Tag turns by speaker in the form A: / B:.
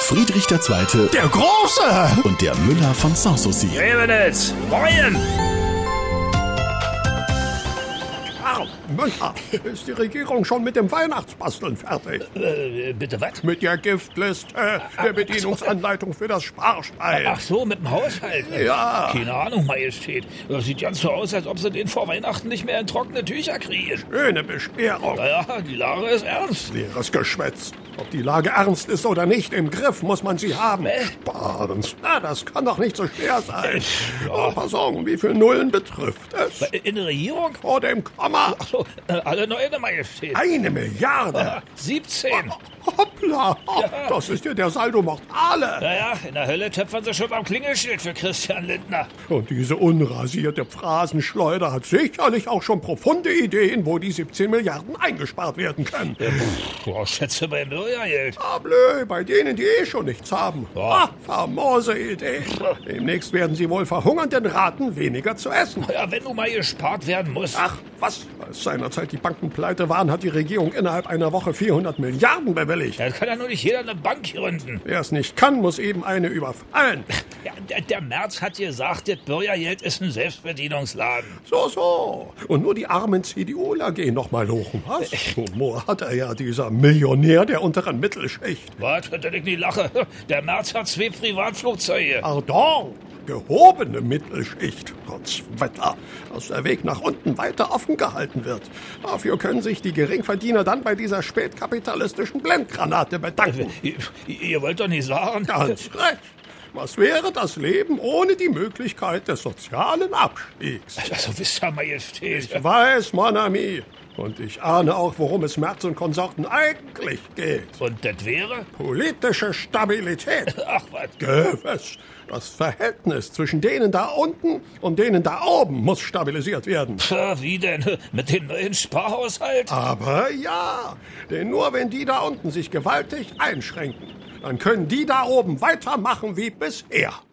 A: Friedrich II.
B: Der Große!
A: und der Müller von Sanssouci.
C: Revenitz! Moin!
B: Ah, Müller, ist die Regierung schon mit dem Weihnachtsbasteln fertig?
C: Äh, bitte was?
B: Mit der Giftliste, der Bedienungsanleitung für das Sparschwein.
C: Ach so, mit dem Haushalt.
B: Ja.
C: Keine Ahnung, Majestät. Das sieht ganz so aus, als ob sie den vor Weihnachten nicht mehr in trockene Tücher kriegen.
B: Schöne Bescherung.
C: Naja, die Lage ist ernst.
B: Leeres Geschwätz. Ob die Lage ernst ist oder nicht, im Griff muss man sie haben.
C: Hä?
B: Sparens. Na, das kann doch nicht so schwer sein.
C: Äh, ja. Äh.
B: Oh, Pardon, wie viele Nullen betrifft es?
C: In der Regierung?
B: Vor dem Komma
C: Ach so, äh, alle neuen, Majestät.
B: eine Milliarde.
C: 17.
B: Hoppla, das ist ja der Saldo Mortale.
C: Naja, in der Hölle töpfern sie schon beim Klingelschild für Christian Lindner.
B: Und diese unrasierte Phrasenschleuder hat sicherlich auch schon profunde Ideen, wo die 17 Milliarden eingespart werden können.
C: Boah, schätze beim Bürgergeld.
B: Ablö, bei denen, die eh schon nichts haben.
C: Ja.
B: Ah, famose Idee. Demnächst werden sie wohl verhungern, denn raten, weniger zu essen.
C: Ja, wenn du mal gespart werden musst.
B: Ach, was? Als seinerzeit die Banken pleite waren, hat die Regierung innerhalb einer Woche 400 Milliarden bewilligt.
C: Ja, Das kann ja nur nicht jeder eine Bank gründen.
B: Wer es nicht kann, muss eben eine überfallen.
C: Ja, der, der Merz hat gesagt, das Bürgergeld ist ein Selbstbedienungsladen.
B: So, so. Und nur die armen CDUler gehen noch mal hoch. Um Was? Humor hat er ja, dieser Millionär der unteren Mittelschicht.
C: Was? Da ich nicht lache. Der Merz hat zwei Privatflugzeuge.
B: Pardon, gehobene Mittelschicht, trotz Wetter, dass der Weg nach unten weiter offen gehalten wird. Dafür können sich die Geringverdiener dann bei dieser spätkapitalistischen Blendgranate bedanken.
C: Ihr, ihr wollt doch nicht sagen.
B: Ganz recht. Was wäre das Leben ohne die Möglichkeit des sozialen Abstiegs?
C: Also wisst ihr, Majestät.
B: Ich weiß, mon ami. Und ich ahne auch, worum es Merz und Konsorten eigentlich geht.
C: Und das wäre?
B: Politische Stabilität.
C: Ach was.
B: Gewiss. Das Verhältnis zwischen denen da unten und denen da oben muss stabilisiert werden.
C: Tja, wie denn? Mit dem neuen Sparhaushalt?
B: Aber ja, denn nur wenn die da unten sich gewaltig einschränken, dann können die da oben weitermachen wie bisher.